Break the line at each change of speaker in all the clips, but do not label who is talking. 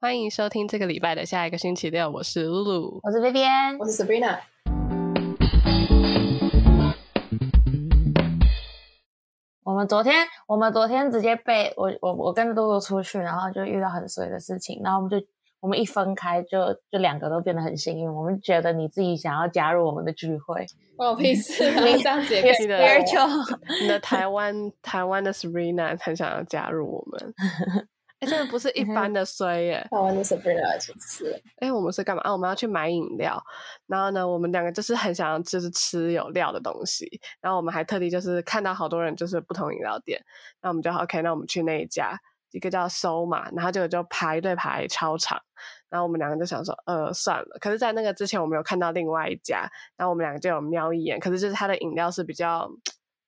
欢迎收听这个礼拜的下一个星期六，我是露露。
我是 v i v i a
我是 Sabrina。
我们昨天，我们昨天直接被我我我跟多多出去，然后就遇到很衰的事情，然后我们就我们一分开就就两个都变得很幸运，我们觉得你自己想要加入我们的聚会
关我屁 事啊！这样子也可以
记得
，virtual，
你的台湾 台湾的 Serena 很想要加入我们，哎、真的不是一般的衰耶！
台湾的 Sabrina 就是
哎、我们是干嘛啊？我们要去买饮料，然后呢，我们两个就是很想要就是吃有料的东西，然后我们还特地就是看到好多人就是不同饮料店，那我们就 OK，那我们去那一家，一个叫收嘛，然后结果就排队排超长，然后我们两个就想说，呃，算了。可是，在那个之前，我们有看到另外一家，然后我们两个就有瞄一眼，可是就是它的饮料是比较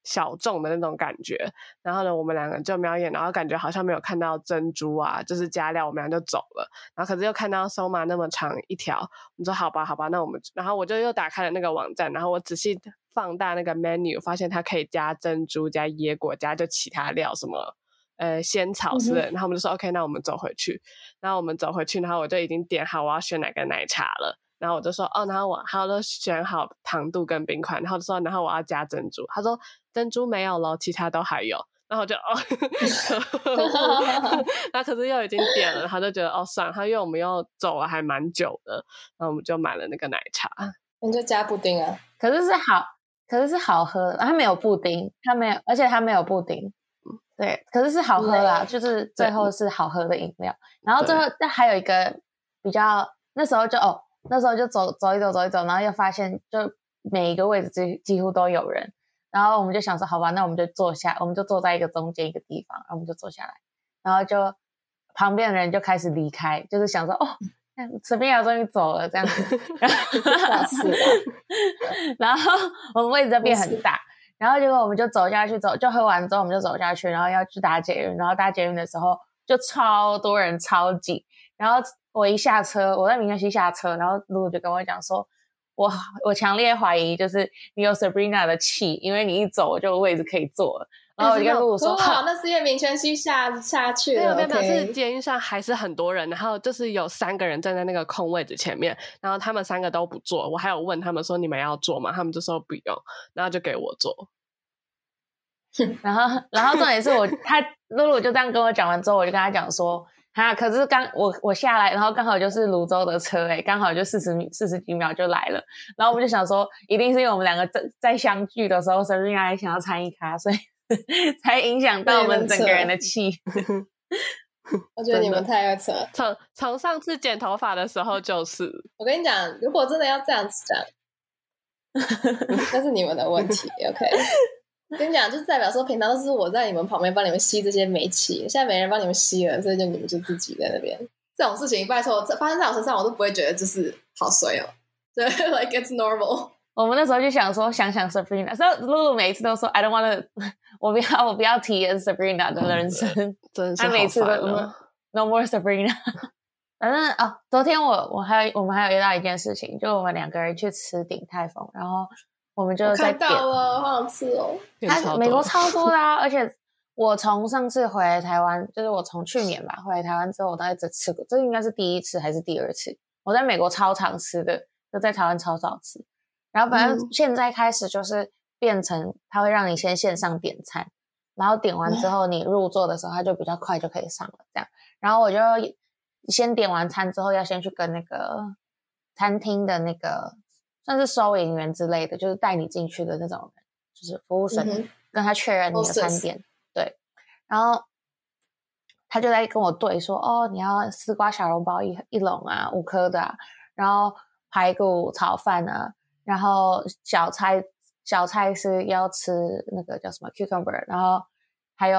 小众的那种感觉。然后呢，我们两个就瞄一眼，然后感觉好像没有看到珍珠啊，就是加料，我们俩就走了。然后可是又看到 Soma 那么长一条，我们说好吧，好吧，那我们，然后我就又打开了那个网站，然后我仔细放大那个 menu，发现它可以加珍珠、加椰果、加就其他料什么。呃，仙草之类的，然后我们就说 OK，那我们走回去。然后我们走回去，然后我就已经点好我要选哪个奶茶了。然后我就说哦，然后我他都选好糖度跟冰块，然后就说然后我要加珍珠，他说珍珠没有咯，其他都还有。然后我就哦， 那可是又已经点了，他就觉得哦算了，他因为我们又走了还蛮久的，然后我们就买了那个奶茶，
你就加布丁啊，
可是是好，可是是好喝的，它没有布丁，它没有，而且它没有布丁。对，可是是好喝啦，
嗯对
就是最后是好喝的饮料。然后
对
最后，但还有一个比较，那时候就哦，那时候就走走一走走一走，然后又发现就每一个位置几几乎都有人，然后我们就想说，好吧，那我们就坐下，我们就坐在一个中间一个地方，然后我们就坐下来，然后就旁边的人就开始离开，就是想说，哦，随便啊瑶终于走了这样子，
那是吧
然后我们位置就变很大，然后结果我们就走下去，走就喝完之后我们就走下去，然后要去搭捷运，然后搭捷运的时候就超多人超挤，然后我一下车，我在明月溪下车，然后露露就跟我讲说。我我强烈怀疑，就是你有 Sabrina 的气，因为你一走我就有位置可以坐了。
哦
然后我就
哎
跟露露说：“
不好，那是因为民权区下下去
没有
了
没有没有，是
，OK。
捷运上还是很多人，然后就是有三个人站在那个空位置前面，然后他们三个都不坐，我还有问他们说你们要坐吗？他们就说不用，然后就给我坐。
然后，然后重点是我他露露就这样跟我讲完之后，我就跟他讲说，啊，可是刚我我下来，然后刚好就是泸州的车、欸，刚好就四十米四十几秒就来了。然后我们就想说，一定是因为我们两个在在相聚的时候，Serena 还想要参与咖，所以 才影响到我们整个人的气。
我觉得你们太会扯。
从从上次剪头发的时候就是，
我跟你讲，如果真的要这样 子讲，那是你们的问题，OK。跟你讲，就是代表说，平常都是我在你们旁边帮你们吸这些煤气，现在没人帮你们吸了，所以就你们就自己在那边。这种事情，拜托，这发生在我身上，我都不会觉得就是好衰哦。 对，like it's normal。
我们那时候就想说，想想 Sabrina，所以露露每一次都说 I don't want to，我不要我不要体验 Sabrina 的人生。
真的是
他每
好
次都
烦
嗯
哦。
No more Sabrina。反正哦，昨天我我还有我们还有遇到一件事情，就我们两个人去吃鼎泰丰，然后我们就
我
在
看
点，
到了，好想吃哦。
变超
它
多
美国
了
超多的、啊，而且我从上次回台湾，就是我从去年吧回来台湾之后，我都一直吃过，这应该是第一次还是第二次，我在美国超常吃的，就在台湾超少吃。然后反正
嗯
现在开始就是变成，它会让你先线上点餐，然后点完之后你入座的时候，它就比较快就可以上了这样。然后我就先点完餐之后，要先去跟那个餐厅的那个算是收银员之类的，就是带你进去的那种人，就是服务生，
嗯哼
跟他确认你的
Hostess
餐点。对，然后他就在跟我对说：“哦，你要丝瓜小笼包一一笼啊，五颗的、啊，然后排骨炒饭啊，然后小菜小菜是要吃那个叫什么 cucumber，然后还有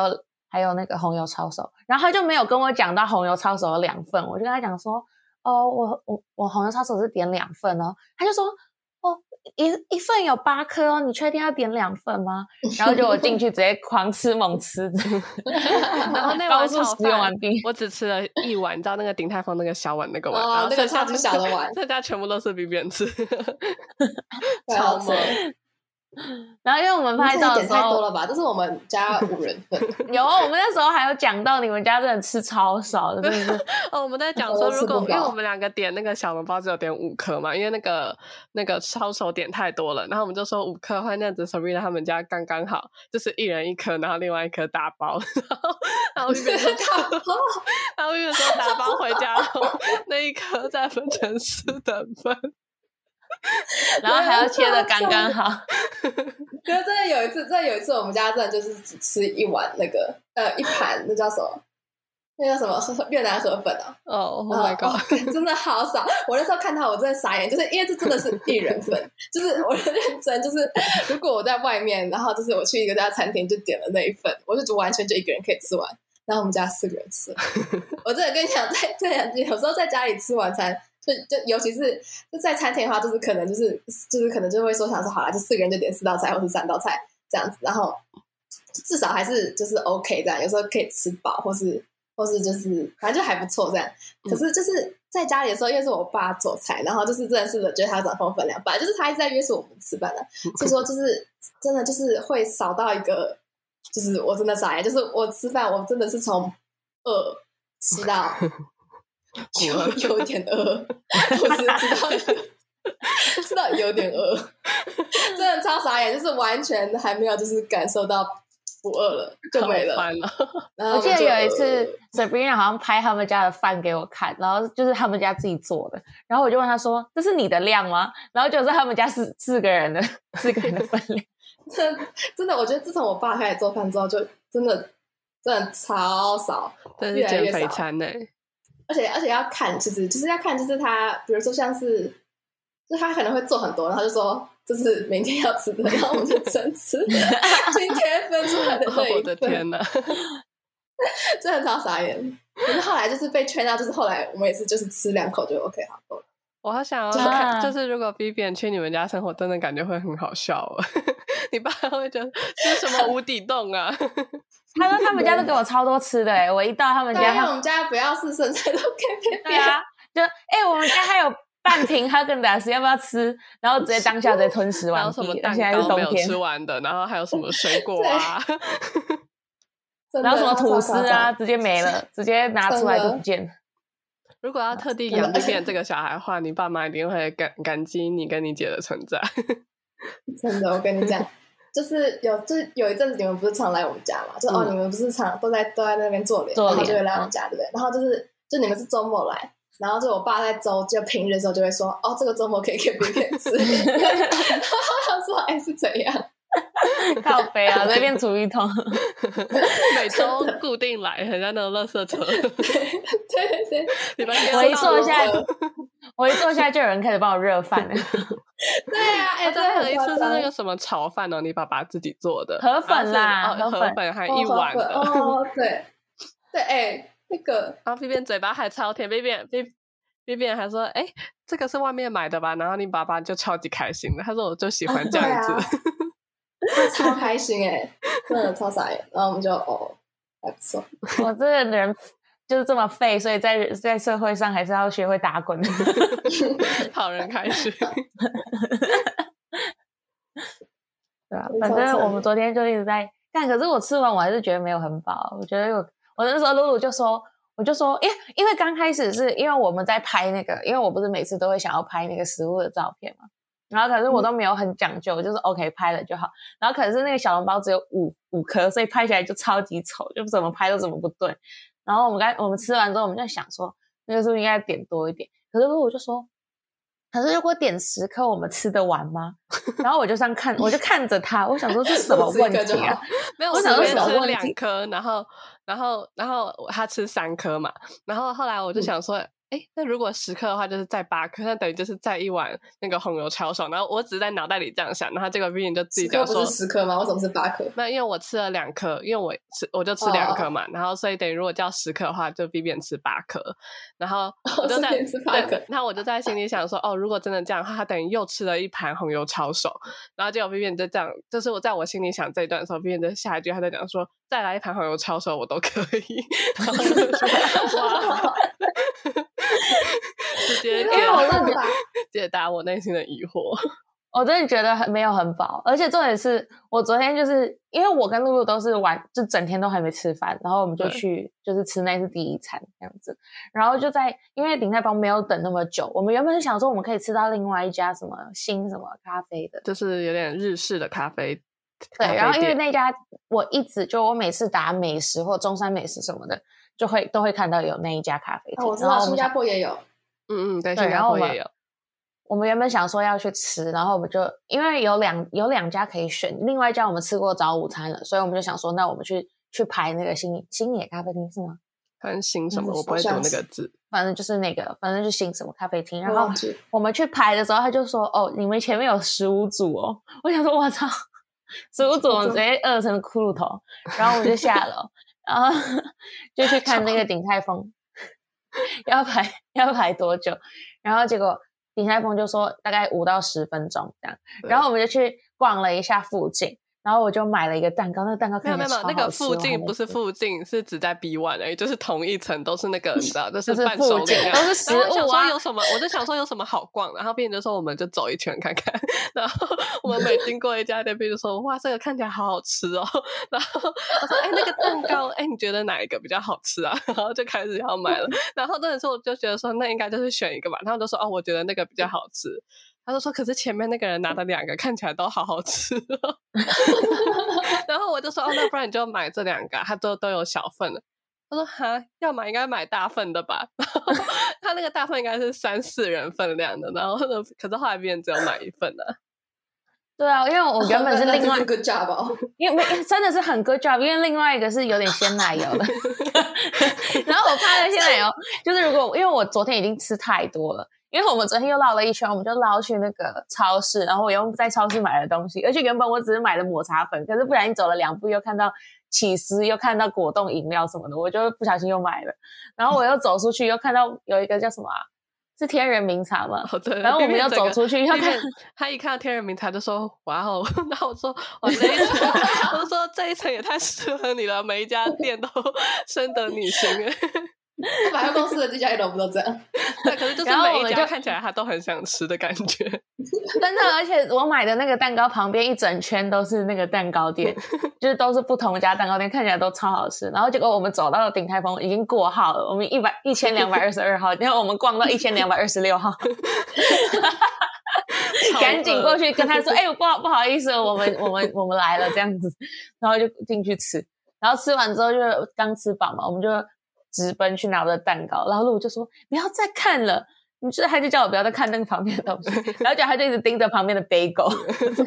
还有那个红油抄手，然后他就没有跟我讲到红油抄手有两份，我就跟他讲说，哦，我我我红油抄手是点两份哦，他就说，哦，一一份有八颗哦，你确定要点两份吗？然后就我进去直接狂吃猛吃，
然后那
高
碗
速
炒
使用
饭
完，毕，
我只吃了一碗，你知道那个鼎泰丰那个小碗那个碗，
哦
然后
那
剩
个
下
超级小的碗
剩下全部都是 B B 吃。
啊太好吃了。
然后因为我们拍照
这
的
一点
时
太多
候，
了吧？这是我们 家五人份，
有啊我们那时候还有讲到你们家真的吃超少的，真的 是
哦，我们在讲
我
说，
都
如
吃不
果因为
饱
我们两个点那个小笼包只有点五颗嘛，因为那个那个抄手点太多了，然后我们就说五颗的话，那样子 Sabrina 他们家刚刚好，就是一人一颗，然后另外一颗打包， 然后然后一边说打包， 然后一边说打包回家后，那一颗再分成四等份，
然后还要切的刚刚好。
可是真的有一次，真的有一次，我们家真的就是只吃一碗那个呃一盘，那叫什么？那叫什么 河越南河粉啊
哦、oh,，Oh my
然后
god！
哦真的好少！我那时候看到我真的傻眼，就是因为这真的是一人份，就是我的认真，就是如果我在外面，然后就是我去一个家餐厅就点了那一份，我就完全就一个人可以吃完，然后我们家四个人吃，我真的跟你讲，在这两有时候在家里吃晚餐，就就尤其是就在餐厅的话，就是可能就是就是可能就会说想说好了，就四个人就点四道菜或是三道菜这样子，然后至少还是就是 OK 这样，有时候可以吃饱，或是或是就是反正就还不错这样。可是就是在家里的时候，因为是我爸做菜，然后就是真的是觉得他掌控分量，本来就是他一直在约束我们吃饭的，所以说就是真的就是会少到一个，就是我真的傻眼，就是我吃饭我真的是从饿吃到有有点饿，我是吃到吃到有点饿，真的超傻眼，就是完全还没有就是感受到不饿了就没了。
完了，
然后
我记得
就
有一次，Sabrina 好像拍他们家的饭给我看，然后就是他们家自己做的，然后我就问他说：“这是你的量吗？”然后就是他们家四四个人的四个人的分量，
真的 真的，我觉得自从我爸开始做饭之后，就真的真的超少，
这是
越来越
减肥
少
餐 呢、
而且而且要看，其实就是要看，就是他，比如说像是，就他可能会做很多，然后就说这是明天要吃的，然后我们就真 吃今天分出
哦
来的那一份，
我的天呐，
真的超傻眼。可是后来就是被劝到，就是后来我们也是就是吃两口就 OK 好够了。
我好想要
就是
看，
看
就是如果 B B 去你们家生活，真的感觉会很好笑哦。 你爸会觉得这是什么无底洞 啊？
他说他们家都给我超多吃的、欸，我一到他们
对
家，
啊，因为我
他
们家不要是剩菜都给别
对
人，
啊，就哎、我们家还有半瓶哈根达斯，要不要吃？然后直接当下直接吞食
还
完
有什么
毕，
蛋
现在是
糕没有
冬天
吃，完的，然后还有 什么水果啊？
真的
然后什么吐司，
超
啊，
夸张
直接没了，直接拿出来就
真
不
的
见了。
如果要特地
真的
养一遍这个小孩的话，你爸妈一定会感感激你跟你姐的存 在。
真的，我跟你讲，就是有就是有一阵子你们不是常来我们家嘛，就、哦
嗯
你们不是常都在都在那边做脸，
做
然后
脸
就会来我们家，对不对？然后就是就你们是周末来。然后就我爸在周就平日的时候就会说，哦，这个周末可以给别人吃。 然后他说，哎，是怎样？
靠背啊，随便煮一桶。
每周固定来，很像那种垃圾车。
对对对，
礼拜天
我一
到
坐
了
下
了，
我一坐下就有人开始帮我热饭了，
对啊，哎，
我
真
真
的
的有
很
一
夸
次是
张
那个什么炒饭哦，你爸爸自己做的
河粉啦
然后是哦
河
河
粉
粉还
哦
一
好
碗
粉
的。
哦，对对，哎，那个
然后 B 边嘴巴还超甜，B 边 B B 边还说：“哎、这个是外面买的吧？”然后你爸爸就超级开心的，他说：“我就喜欢这样子。
对啊他超开心哎，真的超傻眼。然后我们就哦，还不错。
我这个人就是这么废，所以在在社会上还是要学会打滚。
好人开心。
对啊
没，
反
错
正
真
我
的
们昨天就一直在干，可是我吃完我还是觉得没有很饱。我觉得有，我那时候露露就说，我就说，因因为刚开始是因为我们在拍那个，因为我不是每次都会想要拍那个食物的照片嘛，然后可是我
嗯
都没有很讲究，就是 OK 拍了就好。然后可是那个小笼包只有五五颗，所以拍起来就超级丑，就怎么拍都怎么不对。然后我们刚我们吃完之后，我们就想说，那个是不是应该点多一点？可是露露就说。可是如果点十颗，我们吃得完吗？然后我就这样看， 我就看着他，我想说这是什么
我吃一
问
个就
题啊
好？
没有，
我
我
想
随
说
便
什么
吃
问
两
题
颗，然后然后然后他吃三颗嘛，然后后来我就想说。哎，那如果十颗的话，就是再八颗，那等于就是再一碗那个红油抄手。然后我只是在脑袋里这样想，然后这个 B 就自己
十
讲
颗
说
不是十颗吗？为什么是八颗？
没有，因为我吃了两颗，因为我吃我就吃两颗嘛，然后所以等于如果叫十颗的话，就比别人吃八颗，然后我就
顺
在
便吃八颗
对，那我就在心里想说，哦，如果真的这样的话，他等于又吃了一盘红油抄手，然后结果 B 变就这样，就是我在我心里想这一段的时候，B 变就下一句他在讲说，再来一盘红油抄手我都可以，然后我就说哇，直接
因
解
为我
答
问吧，
解答我内心的疑惑，
我真的觉得很没有很饱，而且重点是我昨天就是因为我跟露露都是晚，就整天都还没吃饭，然后我们
嗯
就
对
去就是吃那次第一餐这样子，然后就在因为鼎泰邦没有等那么久，我们原本是想说我们可以吃到另外一家什么新什么咖啡的，
就是有点日式的咖啡。
对，
咖啡
然后因为
店
那家我一直就我每次打美食或中山美食什么的，就会都会看到有那一家咖啡
啊
店，
我知
然后
道
我
新
们
加
想
坡也有，
嗯嗯，对，
对，
新
然
加
后我
坡
们
也有，
我们原本想说要去吃，然后我们就因为有两有两家可以选，另外一家我们吃过早午餐了，所以我们就想说，那我们去去排那个新新野咖啡厅是吗？
很新什
嗯
么，我不
好
会读
像
那
是
个字。
反正就是那个，反正就新什么咖啡厅。然
我
后
忘记
我们去排的时候，他就说：“哦，你们前面有十五组哦。”我想说：“我操，十五组，我们直接饿成骷髅头。”然后我们就下楼，然后 就去看那个鼎泰丰，要排要排多久？然后结果鼎泰丰就说大概五到十分钟这样。
对
然后我们就去逛了一下附近，然后我就买了一个蛋糕，那个蛋糕
没有
看起
没
来
有，没有
超
那
好
个
吃。
附
我还
近
没
不是
吃
附近，是只在 B one 而已，就是同一层都是那个，你知 道，就
就是
伴
附
手
近
礼啊
都是
然后我
食
想
物
说
啊
有什么，我就想说有什么好逛的，然后别人就说我们就走一圈看看。然后我们每经过一家店，别人就说哇，这个看起来好好吃哦。然后他说哎，那个蛋糕，哎，你觉得哪一个比较好吃啊？ 然后就开始要 买了。然后那时候我就觉得说，那应该就是选一个吧。他们就说哦，我觉得那个比较好吃。他就说，可是前面那个人拿的两个看起来都好好吃哦。 然后我就说哦，那不然你就买这两个啊，它都都有小份的。他说哈，要买应该买大份的吧。然后 他那个大份应该是三四人份量的，然后呢，可是后来别人只有买一份的、
对啊，因为我原 本是
那那
另外
这个 job 哦，
因为没真的是很 good job，因为另外一个是有点鲜奶油 的，然后我怕那鲜奶油就是如果因为我昨天已经吃太多了，因为我们昨天又绕了一圈，我们就绕去那个超市，然后我又在超市买了东西，而且原本我只是买了抹茶粉，可是不小心走了两步又看到起司，又看到果冻饮料什么的，我就不小心又买了，然后我又走出去又看到有一个叫什么啊、是天人茗茶 嘛，
哦，对，
然后我们
避
又
免整
走
个
出去要
避
看
免。他一看到天人名，他就说哇哦， 然后我说哦这一 层，我就说这一层也太适合你了，每一家店都深得你心 哎。
百货公司的这家一楼不都这样？
对，可是就是
然后
每
我
一
们
家
就
看起来他都很想吃的感觉。
真的，而且我买的那个蛋糕旁边一整圈都是那个蛋糕店，就是都是不同家蛋糕店，看起来都超好吃。然后结果我们走到鼎泰丰已经过号了，我们一百一千两百二十二号，然后我们逛到一千两百二十六号，
超
赶紧过
饿
去跟 他说：“哎、我不好不好意思，我们我们我们来了这样子。”然后就进去吃，然后吃完之后就刚吃饱嘛，我们就直奔去拿我的蛋糕。然后露就说：“不要再看了。”你就是，他就叫我不要再看那个旁边的东西，然后就他就一直盯着旁边的 bagel，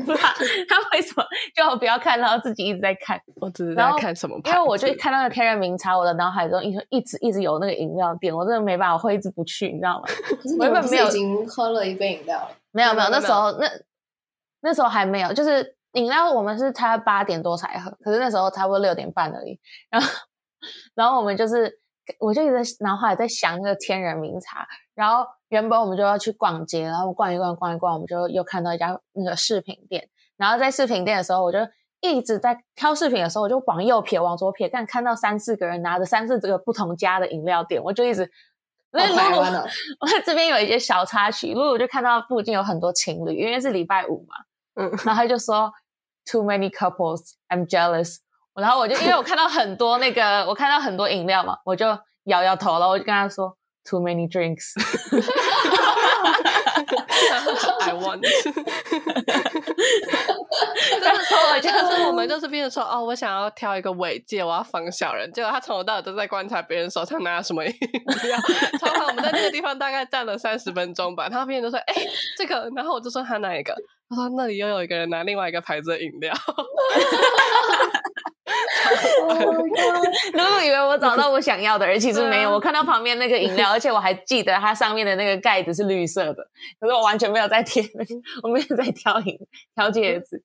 不知道他为什么叫我不要看，然后自己一直在看，
我只是
然
在
后
看什么牌
因
子，
为我就看到那个天人茗茶，我的脑海中一直一直一直有那个饮料店，我真的没办法，我会一直不去，你知道吗？
可是你
我原
们
本
不
没
是
有
已经喝了一杯饮料了？
没有
没
没
有
有，那
没
时候那那时候还没有，就是饮料我们是差不多八点多才喝，可是那时候差不多六点半而已。然后 然后我们就是我就一直在脑海在想那个天人茗茶，然后原本我们就要去逛街，然后逛一逛逛一逛，我们就又看到一家那个饰品店，然后在饰品店的时候我就。一直在挑饰品的时候，我就往右撇，往左撇，但看到三四个人拿着三四个不同家的饮料店，我就一直，那
哦台
露露
湾哦，
我 这边有一些小插曲，露露就看到附近有很多情侣，因为是礼拜五嘛，
嗯，
然后他就说 too many couples, I'm jealous。然后我就因为我看到很多那个， 我看到很多饮料嘛，我就摇摇头了，我就跟他说 too many drinks。
I want，
然后我就
就是我们就是变成说哦，我想要挑一个尾戒，我要防小人。结果他从头到尾都在观察别人手上拿什么饮料。通常我们在那个地方大概站了三十分钟吧，他别人就说哎、这个，然后我就说他哪一个，他说那里又有一个人拿另外一个牌子的饮料，
哦
，Oh
露露以为我找到我想要的，而其实没
对啊
有。我看到旁边那个饮 料，而且我还记得它上面的那个盖子是绿色的，可是我完全没有在贴， 我没有在挑饮挑戒指，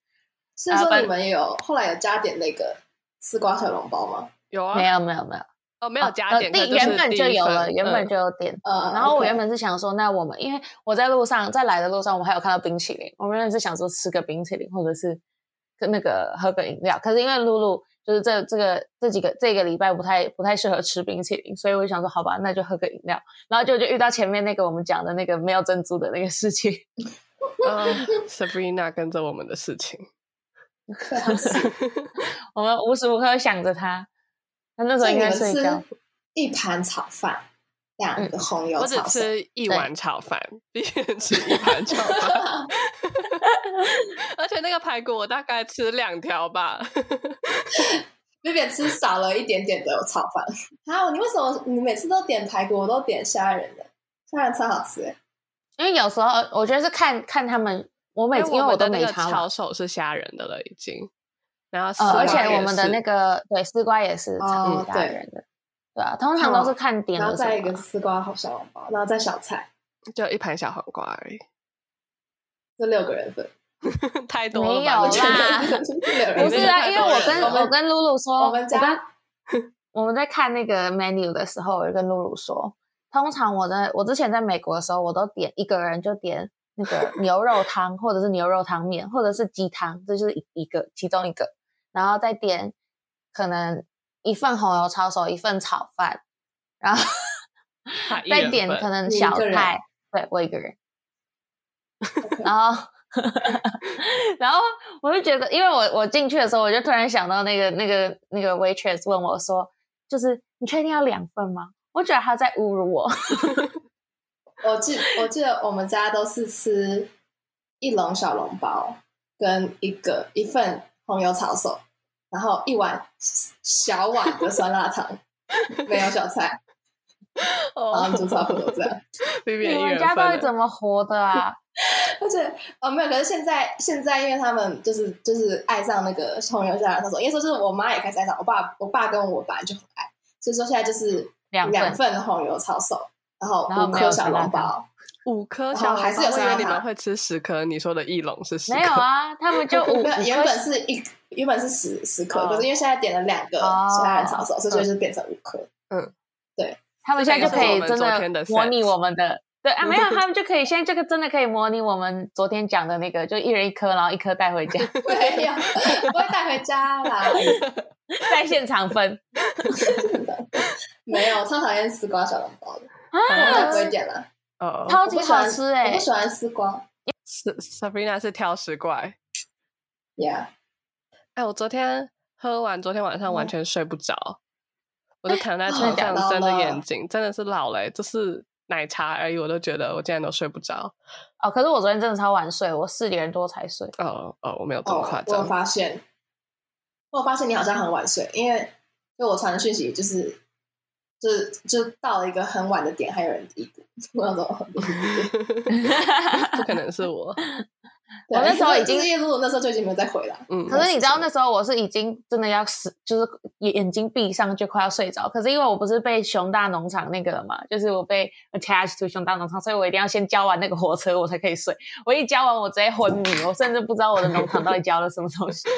是说你们有后来有加点那个丝瓜小笼包吗？
有啊，
没有没有没有。
哦没有加
呃
点，
第
可能
原
是
本
第
就
一
有
份
了，原本
嗯
就有点。
呃，
然后我
OK
原本是想说，那我们因为我在路上，在来的路上，我还有看到冰淇淋，我原本是想说吃个冰淇淋，或者是跟那个喝个饮料。可是因为露露就是这这个这几个这个礼拜不太不太适合吃冰淇淋，所以我就想说，好吧，那就喝个饮料。然后就就遇到前面那个我们讲的那个没有珍珠的那个事情，
嗯，Sabrina 跟着我们的事情，
最好是
我们无时无刻想着他。他那时
所
候
以
应
你
该
们
睡觉嗯
吃，一盘炒饭，两个红油
我只
炒饭，
吃一碗炒饭，一人吃一 盘炒饭， 而且那个排骨我大概吃两条吧。
那边吃少了一点点的炒饭。啊，你为什么你每次都点排骨，我都点虾仁的？虾仁超好吃欸，
因为有时候我觉得是看看他们，我每次因
因
为
为
我
我
都
的那
没
个
查
炒
嘛，
手是虾仁的了，已经。然后丝
呃，
瓜
而
也是，
且我们的那个对丝瓜也是常
哦
家
对
人的，对啊，通常都是看点
然后
的什
再一
么
个。丝瓜好小笼包，然后再小菜，
就一盘小黄瓜而已，
这六个人份。
太多了吧。
没有
我觉得
啦不
不
是啊，
你
因为我
太
跟
多人了
我跟露露说，
我们
我跟
家
我们在看那个 menu 的时候，我就跟露露说，通常我在我之前在美国的时候，我都点一个人就点那 个牛肉汤，或者是牛肉汤面，或者是鸡汤，这就是一一个其中一个，然后再点可能一份红油抄手，一份炒饭，然后
他一
再
人
点
份
可能
你一
小
个人
菜，对我一个 人，然后。 然后我就觉得，因为我我进去的时候，我就突然想到那个那个那个 waitress 问我说，就是你确定要两份吗？我觉得他在侮辱我。
我记我记得我们家都是吃一笼小笼包跟一个一份红油抄手，然后一碗小碗的酸辣汤， 没有小菜，然
哦
后就差不多 这样。
B B
你
一
们
人
家
份
到底
了，
怎么活的啊？
而且哦没有，可是现在现在因为他们就是就是爱上那个红油小辣汤，应该说就是我妈也开始爱上，我爸我爸跟我本来就很爱，所以说现在就是
两份
两份红油抄手，然后
然后
五
没有
颗小
酸辣
笼包。
五颗
哦
然
小
后
黄
还是
瓜
有
我以
酸辣
为你
汤
们会吃十颗，你说的一笼是十颗，
没有啊，他们就五五
没有 原
颗
本是一原本是十十颗，
哦
可是因为现在点了两个
哦
虾仁炒手，所以就是变成五 颗。
他们现在就可以
这
真
个是我们昨天的
的
set
模拟我们的。对啊，没有，他们就可以现在这个真的可以模拟我们昨天讲的那个，就一人一颗，然后一颗带回家，
没有，不会带回家 啦。
在现场分。
没有，我超讨厌丝瓜小笼包的，我
啊
就不，会点了。
哦
超
我
级
不喜欢
好吃
我
哎
不！喜欢丝瓜。
，Sa-，Sabrina 是挑食怪。
Yeah，
哎，我昨天喝完，昨天晚上完全睡不着，我就躺在床
嗯哦真
上
的假的
睁着
哦
眼睛，真的是老了欸，就是奶茶而已，我都觉得我竟然都睡不着。
哦，可是我昨天真的超晚睡，我四点多才睡。
哦哦，我没有这么夸
哦，我有
张，
发现，我有发现你好像很晚睡，因为就我传的讯息就是。就是就到了一个很晚的点，还有人低估，我 要怎么？
不可能是我。
对
我那时候已经
就是因为如果那时候就已经没有再回 了。
嗯，
可是你知道那时候我是已经真的要死，就是眼眼睛闭上就快要睡着。可是因为我不是被熊大农场那个了嘛，就是我被 attached to 熊大农场，所以我一定要先浇完那个火车，我才可以睡。我一浇完，我直接昏迷，我甚至不知道我的农场到底浇了什么东 西。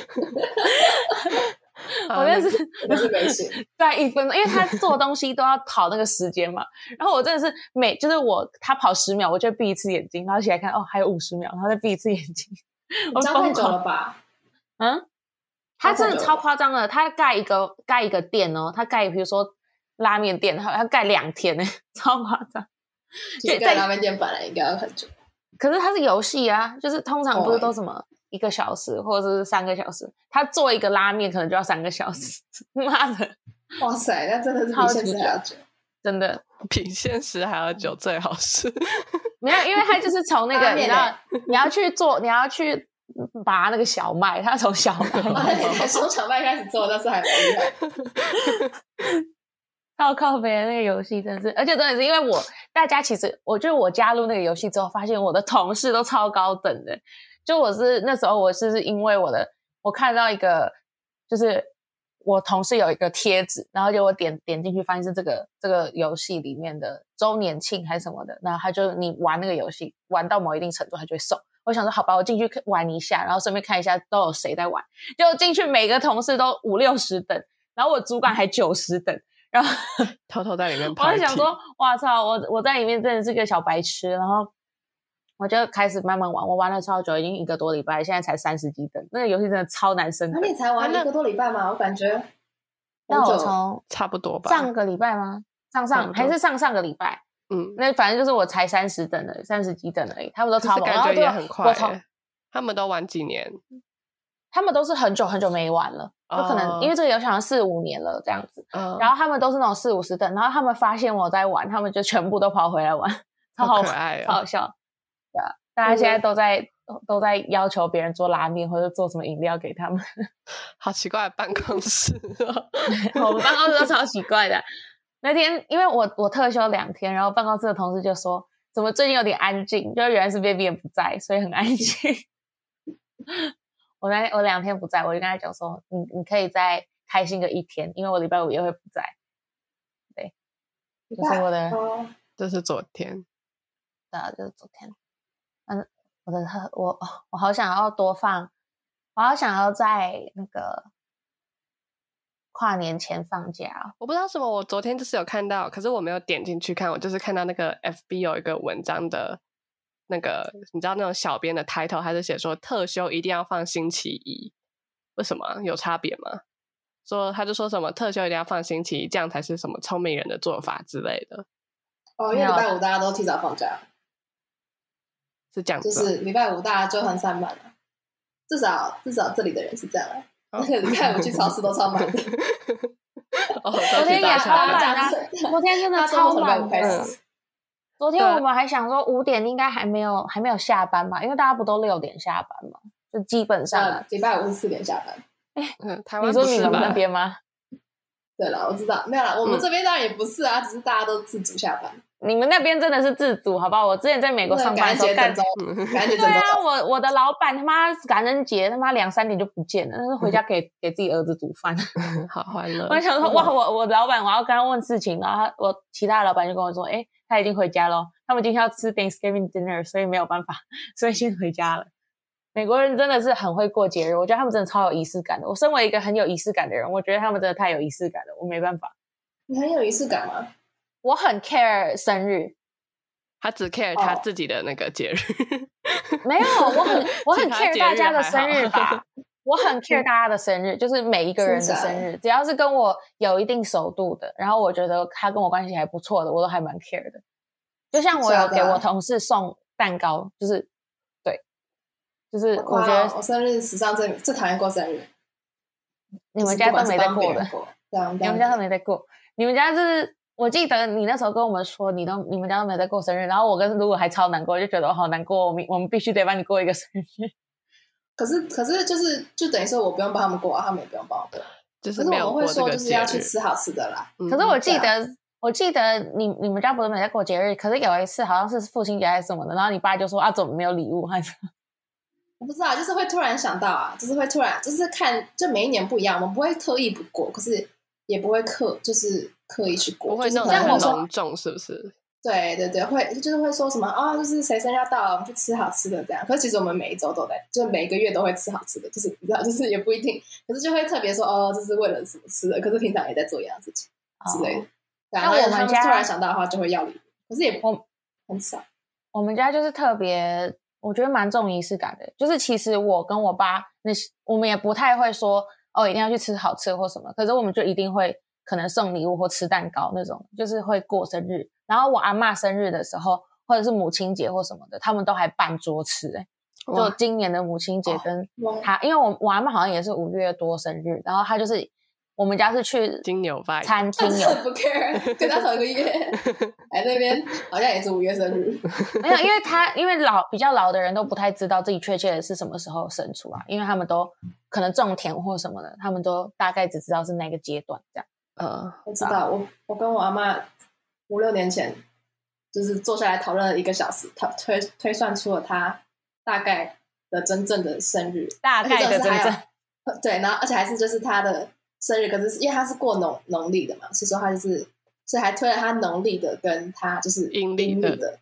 好
我
那
就是
我是没醒，
在一分钟，因为他做东西都要跑那个时间嘛。然后我真的是每就是我他跑十秒，我就闭一次眼睛，然后起来看哦还有五十秒，然后再闭一次眼睛。我
你这样太
疯
久
狂
了吧？
嗯，他
太
真的
久了
超
吧
夸张的，他盖一个盖一个店哦，他盖比如说拉面店，他他盖两天呢， 超夸张。
其实
对在
盖拉面店本来应该要很久，
可是它是游戏啊，就是通常不是都
哦
什么一个小时或者是三个小时，他做一个拉面可能就要三个小时， 妈的，
哇塞，那真的是比现实还要久。
真的
比现实还要久，最好 是。
没有，因为他就是从那个
拉
你
面
知道你要去做你要去拔那个小麦，他从小
哇，
麦
那你才从小麦开始做，那是还蛮厉害。
到靠北的那个游戏真是，而且真的是因为我大家其实，我就是我加入那个游戏之后，发现我的同事都超高等的。就我是那时候我是因为我的，我看到一个就是我同事有一个贴纸，然后就我点点进去，发现是这个这个游戏里面的周年庆还是什么的，然后他就你玩那个游戏玩到某一定程度，他就会送。我想说，好吧，我进去看玩一下，然后顺便看一下都有谁在玩。就进去，每个同事都五六十等，然后我主管还九十等，然后
偷偷在里面
我
拍。
就想说，哇操，我我在里面真的是个小白痴，然后我就开始慢慢玩，我玩了超久，已经一个多礼拜，现在才三十几等，那个游戏真的超难升
那
等。
你才玩一个多礼拜嘛，我感觉
那
很
我
久了。
从
差不多吧。
上个礼拜吗？
差
上
不
上
多
还是上上个礼拜，
嗯，
那反正就是我才三十等而已，三十几等而已，他们都
可
超
是
猛，
感
然后
觉
就
也很快
我从
耶。他们都玩几年？
他们都是很久很久没玩了，有可能、
哦
因为这个游戏好像四五年了这样子，
嗯，
然后他们都是那种四五十等，然后他们发现我在玩，他们就全部都跑回来玩，超
好
好
可爱
超
哦。
好笑。啊对啊，大家现在都在、都在要求别人做拉面或者做什么饮料给他们，
好奇怪的办公室哦，
我们办公室都超奇怪的。那天因为我我特休两天，然后办公室的同事就说，怎么最近有点安静？就是原来是 Baby 也不在，所以很安静。 我那我两天不在，我就跟他讲说，你你可以再开心个一天，因为我礼拜五也会不在。
你
就是
看
我的
哦，
这是昨天。
对啊，就是昨天。嗯，我的特我哦我好想要多放，我好想要在那个跨年前放假哦。
我不知道什么，我昨天就是有看到，可是我没有点进去看，我就是看到那个 FB 有一个文章的，那个你知道那种小编的 title，他是写说特休一定要放星期一，为什么啊有差别吗？说他就说什么特休一定要放星期一，这样才是什么聪明人的做法之类的，
哦，因为礼拜五大家都提早放假，
是这样子
就
吗、
是礼拜五大家就很散漫了，至少至少这里的人是这样啊。礼拜五去超市都超满的，
哦，
昨天也
超
超
满
满啊，昨天真的超满
大家
的
嗯
都从礼拜五开始。
昨天
对
我们还想说五点应该还没有还没有下班吧，因为大家不都六点下班嘛，就基本上
那
啊。
礼拜五是四点下班。
嗯，台湾
你说
不
你
是
们那
吧？
边吗？
对了，我知道，没有啦，我们这边当然也不是啊，只是大家都自主下班。
你们那边真的是自主，好不好？我之前在美国上班的
感
时候
觉
干
整周，
嗯
感
对
觉整周
啊，我我的老板他妈感恩节他妈两三点就不见了，但是回家给给自己儿子煮饭。
好欢乐
我，还想说哇，我我老板我要跟他问事情，然后他我其他的老板就跟我说，哎，他已经回家咯，他们今天要吃 Thanksgiving dinner，所以没有办法， 所以先回家了。美国人真的是很会过节日，我觉得他们真的超有仪式感的。我身为一个很有仪式感的人，我觉得他们真的太有仪式感了，我没办法。
你很有仪式感吗？
我很 care 生日，
他只 care 他
哦
自己的那个节日，
没有，我很我
其
很
他
care
节
大
日
家的
还
生日
好嗯
吧， 我很 care 大家的生日，就是每一个人
是
的
啊
生日，只要是跟我有一定熟度的，然后我觉得他跟我关系还不错的，我都还蛮 care 的。就像我
是啊
有
对
给
啊
我同事送蛋糕，就是对，就是我觉
哇
得
哦
我生日史上最最讨厌过生日，
你们家都没在过的，
的，对啊，
你
你
们家都没在过，你们家是。我记得你那时候跟我们说，你都你们家都没在过生日，然后我跟如果还超难过，就觉得我哦好难过，我们我们必须得帮你过一个生日。
可是可是就是就等于说我不用帮他们过啊，他们也不用帮我过。
就
可
是
是
没
我
有
们
过
会
这
说
个
就是
节
要去
日。
吃好吃的啦，
嗯
可是我记
对啊
得，我记得你你们家不是没在过节日，可是有一次好像是父亲节还是什么的，然后你爸就说啊，怎么没有礼物？ 还是
我不知道，就是会突然想到啊，就是会突然就是看，就每一年不一样，我们不会特意不过，可是也不会刻就是刻意去过，
不会
就是
弄
可
得
能
像
很
会说
隆重，是不是？
对对对，会就是会说什么啊、就是谁生日要到了，我们去吃好吃的这样。可是其实我们每一周都在，就每一个月都会吃好吃的，就是你知道，就是也不一定，可是就会特别说哦，这是为了什么吃的，可是平常也在做一样的事情之类的。
哦
对啊
那
然后
我们
他们
家
突然想到的话，就会要礼物，可是也
我
很少。
我们家就是特别，我觉得蛮重仪式感的。就是其实我跟我爸那些，我们也不太会说哦，一定要去吃好吃的或什么，可是我们就一定会可能送礼物或吃蛋糕那种，就是会过生日。然后我阿嬷生日的时候，或者是母亲节或什么的，他们都还办桌吃、欸。就
哇
今年的母亲
哦
节跟
哇
他，因为我我阿妈好像也是五月多生日，然后他就是我们家是去
金牛 vibe
餐厅
但是
有
不 care，跟他同一个 月，哎，那边好像也是五月生日，
没有？因为他因为老比较老的人都不太知道自己确切的是什么时候生出来，因为他们都可能种田或什么的，他们都大概只知道是哪个阶段这样。
嗯，
我知道，我我跟我阿妈五六年前就是坐下来讨论了一个小时，她推推算出了她大概的真正的生日，
大
而且
概的真
这个是
正
还有对，然后而且还是就是她的生日，可是是因为她是过农农历的嘛，所以说她就是所以还推了她农历的跟她就是
阴历
历
的
的，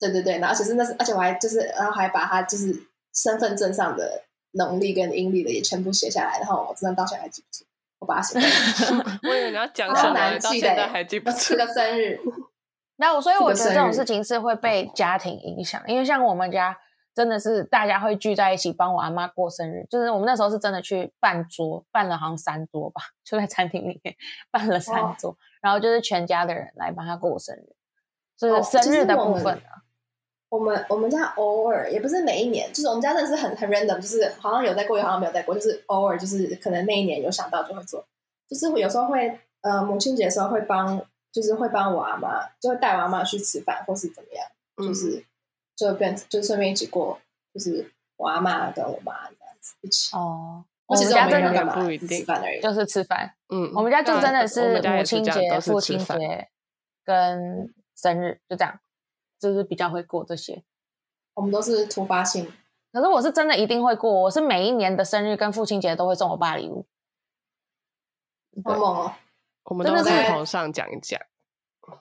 对对对，然后而且是那是而且我还就是然后还把她就是身份证上的农历跟阴历的也全部写下来，然后我真的到现在还记不住，我把它 写下来。
我以为你要讲什
超
么，
难
到
记
现
的
在
欸，
还记 不
要
住
吃。个生日，
那我所以
这
我
个
觉得这
生
种
日
事情是会被家庭影响，因为像我们家真的是大家会聚在一起帮我阿妈过生日，就是我们那时候是真的去办桌，办了好像三桌吧，就在餐厅里面办了三
哇
桌，然后就是全家的人来帮她过生日，就是生日的部
哦就是
分。啊
我们我们家偶尔也不是每一年，就是我们家真的是很很 random，就是好像有在过，也好像没有在过，就是偶尔就是可能那一年有想到就会做，就是有时候会呃母亲节的时候会帮，就是会帮我阿妈，就会带我阿妈去吃饭或是怎么样，就
嗯
是就变就是顺便一起过，就是我阿妈跟我妈这样子一起。
哦，
我
我
其
们
实我
家
没有
真
应该
的
干嘛，
不一定
只是吃饭而已。
就是吃饭，
嗯，
我们家就真的
我们家
母
也是
亲
这样
节、
都是
父
吃
亲
饭
节跟生日就这样，就是比较会过这些。
我们都是突发性，
可是我是真的一定会过，我是每一年的生日跟父亲节都会送我爸礼物。
好猛哦！
我们
真
都
的
在
是
头上讲一讲，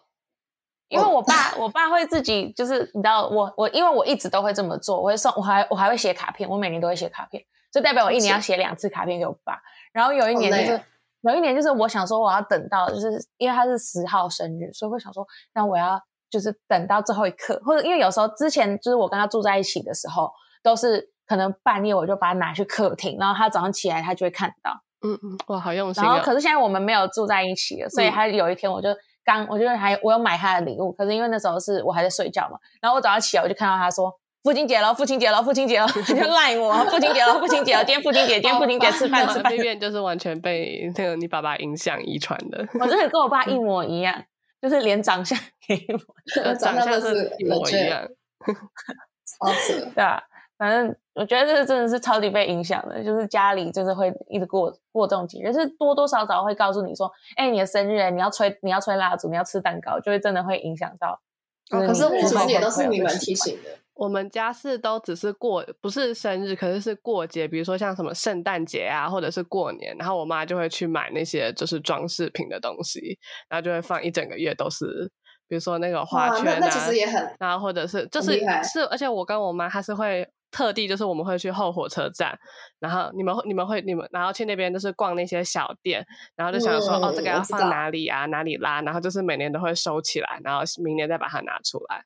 因
哦
为我爸，我爸会自己就是你知道我我，因为我一直都会这么做，我会送，我还我还会写卡片，我每年都会写卡片，就代表我一年要写两次卡片给我爸。然后有一年
好累
就是、
啊
有一年就是我想说我要等到，就是因为他是十号生日，所以会想说那我要就是等到最后一刻，或者因为有时候之前就是我跟他住在一起的时候，都是可能半夜我就把他拿去客厅，然后他早上起来他就会看到。
嗯嗯，哇，好用心
然后
啊！
可是现在我们没有住在一起了，所以
嗯
他有一天我就刚，我就还我有买他的礼物，可是因为那时候是我还在睡觉嘛，然后我早上起来我就看到他说。父亲节了，父亲节了，父亲节了， 他就赖我。父亲节了，父亲节了，今天父亲节，今天父亲节，
好
吃
我
饭
的
吃饭
B。变就是完全被那个你爸爸影响遗传 的，
我真的跟我爸一模一样，就是连长相 也一模
呃
长
长
大
相
都
是
是
一模一
legit
样。
超扯。
对啊，反正我觉得这真的是超级被影响的，就是家里就是会一直过过这种节日，就是多多少少会告诉你说，哎、你的生日，你要吹你要吹蜡烛，你要吃蛋糕，就会真的会影响到。就
哦
你
可是
我
其
之后
实也
会会
都是
有
你
这
们
个习
提
惯。
醒的，
我们家是都只是过，不是生日，可是是过节，比如说像什么圣诞节啊，或者是过年，然后我妈就会去买那些就是装饰品的东西，然后就会放一整个月都是，比如说那个花
哇
圈
那
啊，
那其实也很
然后或者是就
很
是
厉害
是，而且我跟我妈她是会特地就是我们会去后火车站，然后你们会你们会你们然后去那边就是逛那些小店，然后就想说、哦
嗯
这个
我
要
知
放
道
哪里啊哪里啦，然后就是每年都会收起来，然后明年再把它拿出来。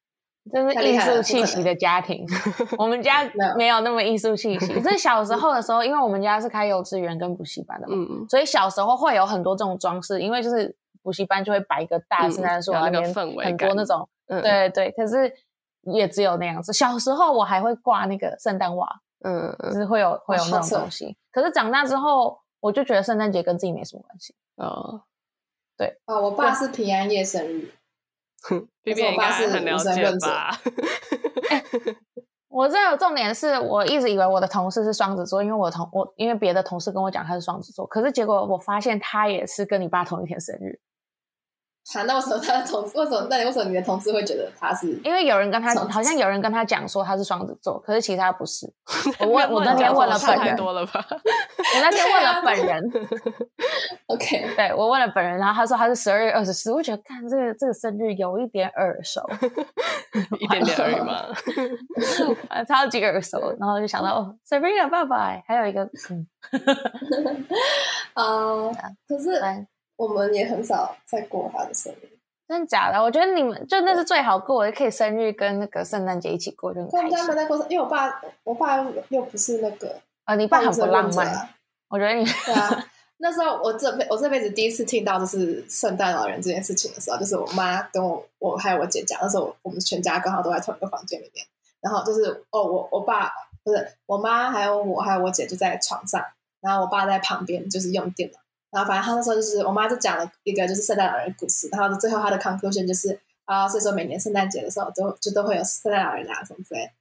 这是
太
艺
厉害了
术
不
气
可
息
能
的家 庭，我们家
没有
没有那么艺术气 息。这小时候的时候，因为我们家是开幼稚园跟补习班的嘛，
嗯，
所以小时候会有很多这种装饰，因为就是补习班就会摆一个大
嗯
圣诞树，
有
然后
那
里
个
面
氛围
很多
感
那种
嗯
对对，可是也只有那样子。小时候我还会挂那个圣诞袜，
嗯嗯
就
嗯
是会有会有
好
那
扯
种东西。可是长大之后，我就觉得圣诞节跟自己没什么关系。
呃
哦。
啊！我爸是平安夜生日，
B
是
B
我
应
爸
该
是
很了
无神
解
论者
吧？
我这有重点是我一直以为我的同事是双子座，因为我同我因为别的同事跟我讲他是双子座，可是结果我发现他也是跟你爸同一天生日，
啊，那为什么 他的同为什么那你为什么你的同事会觉得他是？
因为有人跟他
双子
好像有人跟他讲说他是双子座，可是其实他不 是。我
没
问
有
我
你
那
讲
天
什
问
么
了
事
本
太
人，
多了吧？
我那天问了本人，
OK，
对我问了本人，然后他说他是十二月二十四，我觉得看这个这个生日有一点耳 熟，
一点点而已 嘛。
啊，超级耳熟，然后就想到哦，Sabrina 爸爸欸，还有 一个，嗯，
啊，可是
对
我们也很少在过他的生日，
哎真的假的？我觉得你们就那是最好过的，可以生日跟那个圣诞节一起过，就很
啊
可我
开
们家没
心。
在过生，因为我爸我爸又不是那个，
啊，你爸很
无
不
神
浪
论者
漫，
啊，
我觉得你
对啊。那时候我这辈我这辈子第一次听到就是圣诞老人这件事情的时候，就是我妈跟我我还有我姐讲，那时候我们全家刚好都在同一个房间里面，然后就是哦我我爸不是我妈还有我还有我姐就在床上，然后我爸在旁边就是用电脑，然后反正他那时候就是我妈就讲了一个就是圣诞老人的故事，然后最后她的 conclusion 就是啊，所以说每年圣诞节的时候都就都会有圣诞老人啊什么之类的，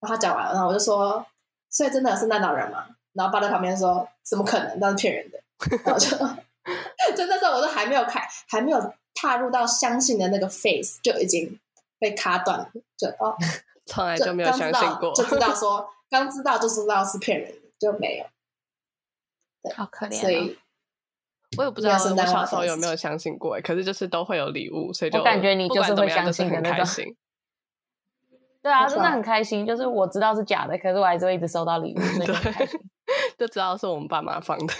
然后她讲完了，然后我就说，所以真的有圣诞老人吗？然后爸在旁边说，怎么可能？那是骗人的。 然后就 就那时候我都还没有开，还没有踏入到相信的那个 phase，就已经被卡断了，就哦，
从来
就
就没有
刚
相
知
信
道
过
就。知道说刚知道就知道是骗人的，就没有，
好可怜、
所
哦。
以
我也不知
没
道
有
我
圣诞
小
老
时候
人
有没有
是
相信过欸，可是就是都会有礼物，所以
我
就
感觉你
不
就
管
是
怎
会
么样
相
就是
信的
很
那
开
种
心。
对啊，
我知
真
道
的很开心。就是我知道是假的，可是我还是会一直收到礼物，所以就很开心。
就知道是我们爸妈放的。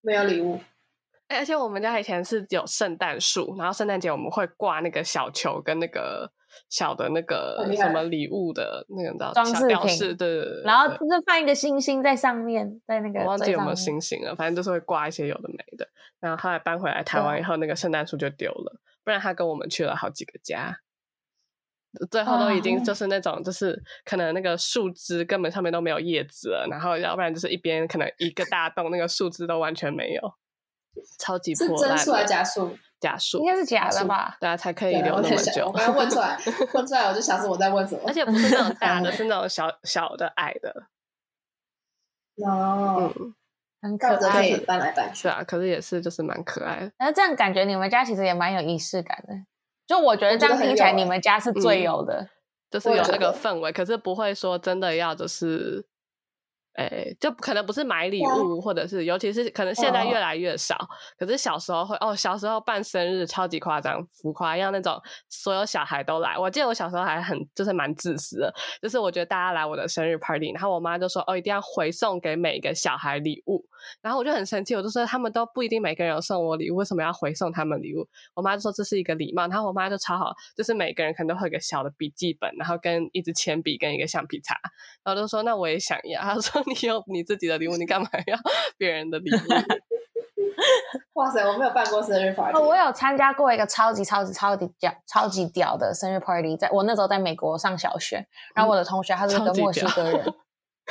没有礼物。
哎 而且我们家以前是有圣诞树，然后圣诞节我们会挂那个小球跟那个小的那个
很厉害
什么礼物的那个你知道
装
小
饰
吊
品
饰，对对对。对
然后
对
就是放一个星星在上面，在那个
我忘记
最
有没有
上
星
面
星了，反正就是会挂一些有的没的。然后后来搬回来台湾以后，那个圣诞树就丢了，不然他跟我们去了好几个家，最后都已
哦
经就是那种就是可能那个树枝根本上面都没有叶子了，然后要不然就是一边可能一个大洞，那个树枝都完全没有，超级
是
破烂的。
真树还是假树？
假
应
树，
该是假的吧？
对啊，才可以
对啊
留
我
那
在
么
想
久
我。要问出来，问出来我就想是我在问什 么。
而且不是那种大
嗯
的，是那种小小的矮的，
哦，
嗯，
很可
那我就可
爱
以
的。
搬来搬去。
是啊，可是也是就是蛮可爱的。
那这样感觉你们家其实也蛮有仪式感的。就我觉得这欸样
我觉得很
听起来，
有
你们家是最
嗯
有的。
就是
我也
有
觉
那个
得
氛围，可是不会说真的要就是，诶、就可能不是买礼
对啊
物，或者是尤其是可能现在越来越少，可是小时候会哦，小时候办生日超级夸张浮夸，要那种所有小孩都来。我记得我小时候还很就是蛮自私的，就是我觉得大家来我的生日 party，然后我妈就说哦，一定要回送给每个小孩礼物，然后我就很生气，我就说他们都不一定每个人有送我礼物，为什么要回送他们礼物？我妈就说这是一个礼貌，然后我妈就超好，就是每个人可能都会有个小的笔记本，然后跟一支铅笔跟一个橡皮擦，然后就说那我也想要，她说你有你自己的礼物，你干嘛要 别人的礼物？
哇塞，我没有办过生日 party，
哦，我有参加过一个超级超级超级屌、超级屌的生日 party，在我那时候在美国上小学，然后我的同学他是
超
个
级
墨西
屌
哥人，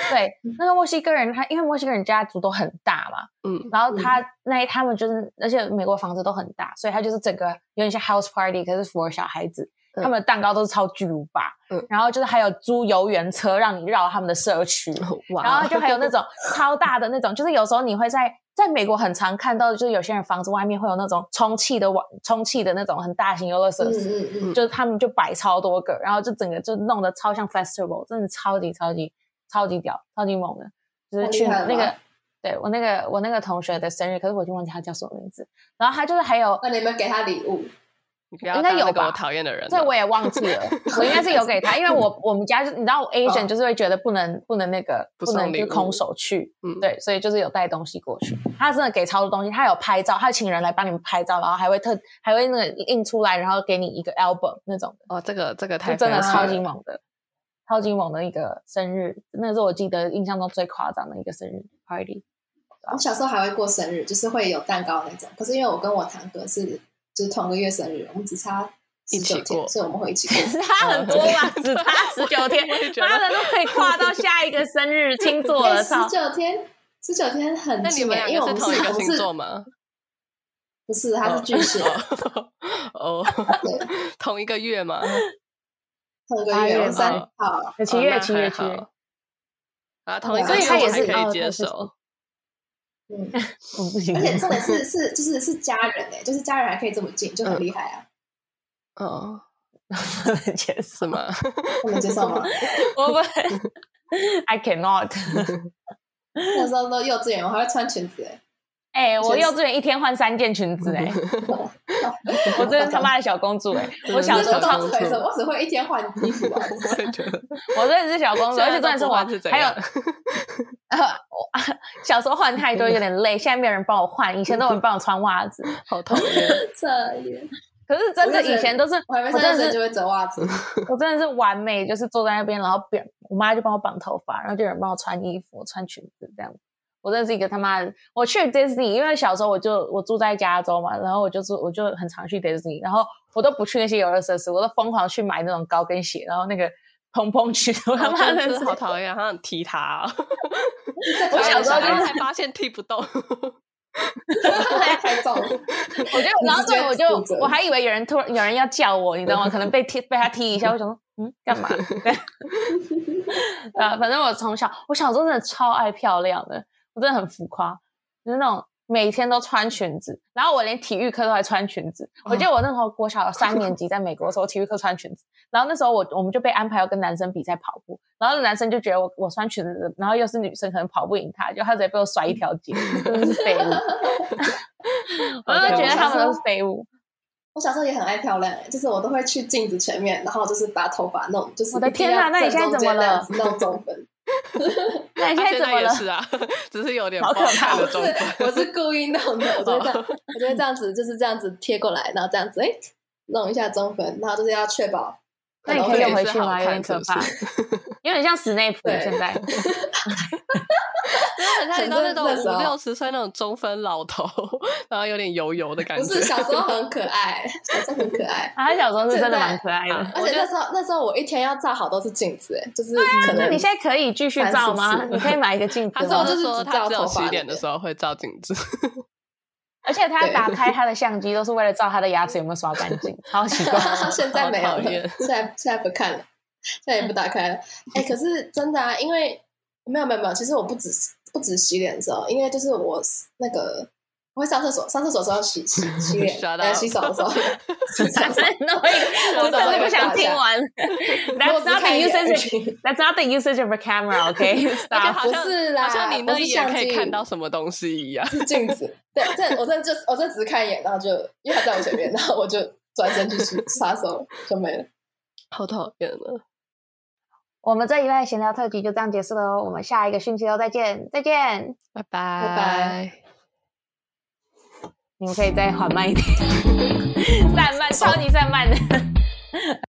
对，那个墨西哥人他因为墨西哥人家族都很大嘛，
嗯，
然后他、那他们就是，而且美国房子都很大，所以他就是整个有点像 house party，可是 for 小孩子，
嗯
他们的蛋糕都是超巨无霸，
嗯
然后就是还有租游园车让你绕他们的社 区，
哇
然后就还有 那种超大的那种，就是有时候你会在在美国很常看到，就是有些人房子外面会有那种充气的网充气的那种很大型游乐设
嗯
施，
嗯嗯，
就是他们就摆超多个，然后就整个就弄得超像 festival，真的超级超级超级屌，超级猛的，就是
太
去
厉害了
那个
吧。
对我那个我那个同学的生日，可是我已经忘记他叫什么名字。然后他就是还有，
那你们给他礼物，
你不要
应该
当那
有
个我
吧
讨厌的嗯人
这
了，
我也忘记 了，我应该是有给他，因为我我们家就你知道我 Asian
嗯
就是会觉得不能不能那个
不
不能
送礼
就
物
空手去，
嗯，
对，所以就是有带东西过去。他真的给超多东西，他有拍照，他请人来帮你们拍照，然后还会特还会那个印出来，然后给你一个 album 那种的，
哦，这个这个
就
太
真的
fancy
超
了
级猛的，超级猛的一个生日，那是我记得印象中最夸张的一个生日 party。
我小时候还会过生日，就是会有蛋糕那种。可是因为我跟我堂哥是就是同个月生日，我们只差
一起
19天
过
所以我们会一 起过。哎
差很多吧，只差十九天，
嗯我也觉得哎
妈的都可以跨到下一个 生日星座了，
十
操！
九天，十九天很
那你
近
们
欸因为
两
我
个
们
是同一个
我们
星
是
座吗？
不是，他是巨蟹，
哦哦，
对，
同一个月吗？
同个
八
月，
月
我们三
吧
号，
七
哦
月
那
七
还
月七月，
好啊，同一个
所以
月
他
我
也
还
是
可
哦
以
对
接
是是
受，
嗯，
我不行
而且重点是是就是是家人哎、就是家人还可以这么近，就
嗯
很厉害啊！
哦，
不能接受
是吗？
他们接受吗？
我不能 ，I cannot。
那时候都幼稚园，我还会穿裙子 哎、
哎、我
确实
幼稚园一天换三件裙子、哎，我真是他妈的小公主哎、我
想
小时
这是
候
小
穿
到
公主
腿什么？我只会一天换衣服啊！
我 也觉 得
我真的是小公主，
现
而
在都
且真的是
不
我
换是怎
还有
样
呃我 小时候换太多有点累，现在没有人帮我换，以前都有人帮我穿袜子，
好讨厌，
这也，
可是真的
我就
以
觉得
前都是
我还没
我真
三
的
十岁
是
就会折袜子，
我真的是完美，就是坐在那边，然后别我妈就帮我绑头发，然后就有人帮我穿衣服、穿裙子这样。我真的是一个他妈的，我去 Disney，因为小时候我就我住在加州嘛，然后我就住我就很常去 Disney，然后我都不去那些游乐设施，我都疯狂去买那种高跟鞋，然后那个蓬蓬裙， 我他
哦
妈
真
的
的
是
是好讨厌，好想踢他哦。
我
小时候就
然后
是
才发现踢不动，
太重了。
我就然后
你直
对
接
我就
负责
我还以为有人突然有人要叫我，你知道吗？可能被踢被他踢一下，我想说嗯干 嘛？ 对呃，反正我从小我小时候真的超爱漂亮的，我真的很浮夸，就是那种每天都穿裙子，然后我连体育课都还穿裙子。我
嗯
记得我那时候国小三年级在美国的时候，体育课穿裙子，然后那时候我我们就被安排要跟男生比赛跑步，然后男生就觉得我我穿裙子，然后又是女生，可能跑不赢他，就他直接被我甩一条街，真的是废 物。我就觉得他们都是 废物。
我小时候也很爱漂亮、欸，就是我都会去镜子前面，然后就是把头发弄，就是
我的天哪
一定要
那你现在
正中
怎么
间
了
那样子弄 中分，
那你
他
现
现
在怎
在
么
也
了？
是啊， 只是有点
好
爆
可怕
看
我
的中哦
是我是故意弄的，我就会这样，我就会这样子，就是这样子贴过来，然后这样子哎、诶弄一下中分，然后就是要确保。
那你
我
可以
也
用回
是
去
好
吗？有
看
点可
是不
怕，有点像史内普
对
现在。
很像你到那种
反正那时
五
候
六十岁那种中分老头， 然后有点油油的感
不
觉。
是小时候很可爱， 小时候很可爱。
啊，他小时候是真的
现在
蛮可爱的。
而
我
且
觉
那
得
时候，那时候我一天要照好多次镜子，哎就是可
啊那
能
你现在可以继续照吗？
34
你可以买一个镜
他
子
之后
吗
就
就是说
只
他
照
只有
头发
洗
那
脸的
边
时候会照镜子，
而且他
对
打开他的相机都是为了照他的牙齿有没有刷干净，超奇怪。
现在没有
好
了
讨厌，
现在现在不看了，现在也不打 开了。哎、可是真的啊，因为没有没有没有，其实我不止不止洗脸的时候，因为就是我那个我会上厕所，上厕所的时候 洗洗洗脸，
Shut
呃，
up
洗手的时 候，洗手的时候
我真的不想听完。
我
That's
只看
not
一
the
眼而
usage.
已
That's not the usage of a camera. OK,
而且
stop.
好像
不是啦
好像你那一眼
啊我是相
可
机
以看到什么东西一样。
是镜子。对，这我真的就是我真的只是看一眼，然后就因为他在我前面，然后我就转身去洗 刷手就没了。
好讨厌啊！
我们这一拜闲聊特辑就这样结束喽，我们下一个星期六再见，再见。
拜拜
拜
你们可以再缓慢一点，散漫，超级散漫的。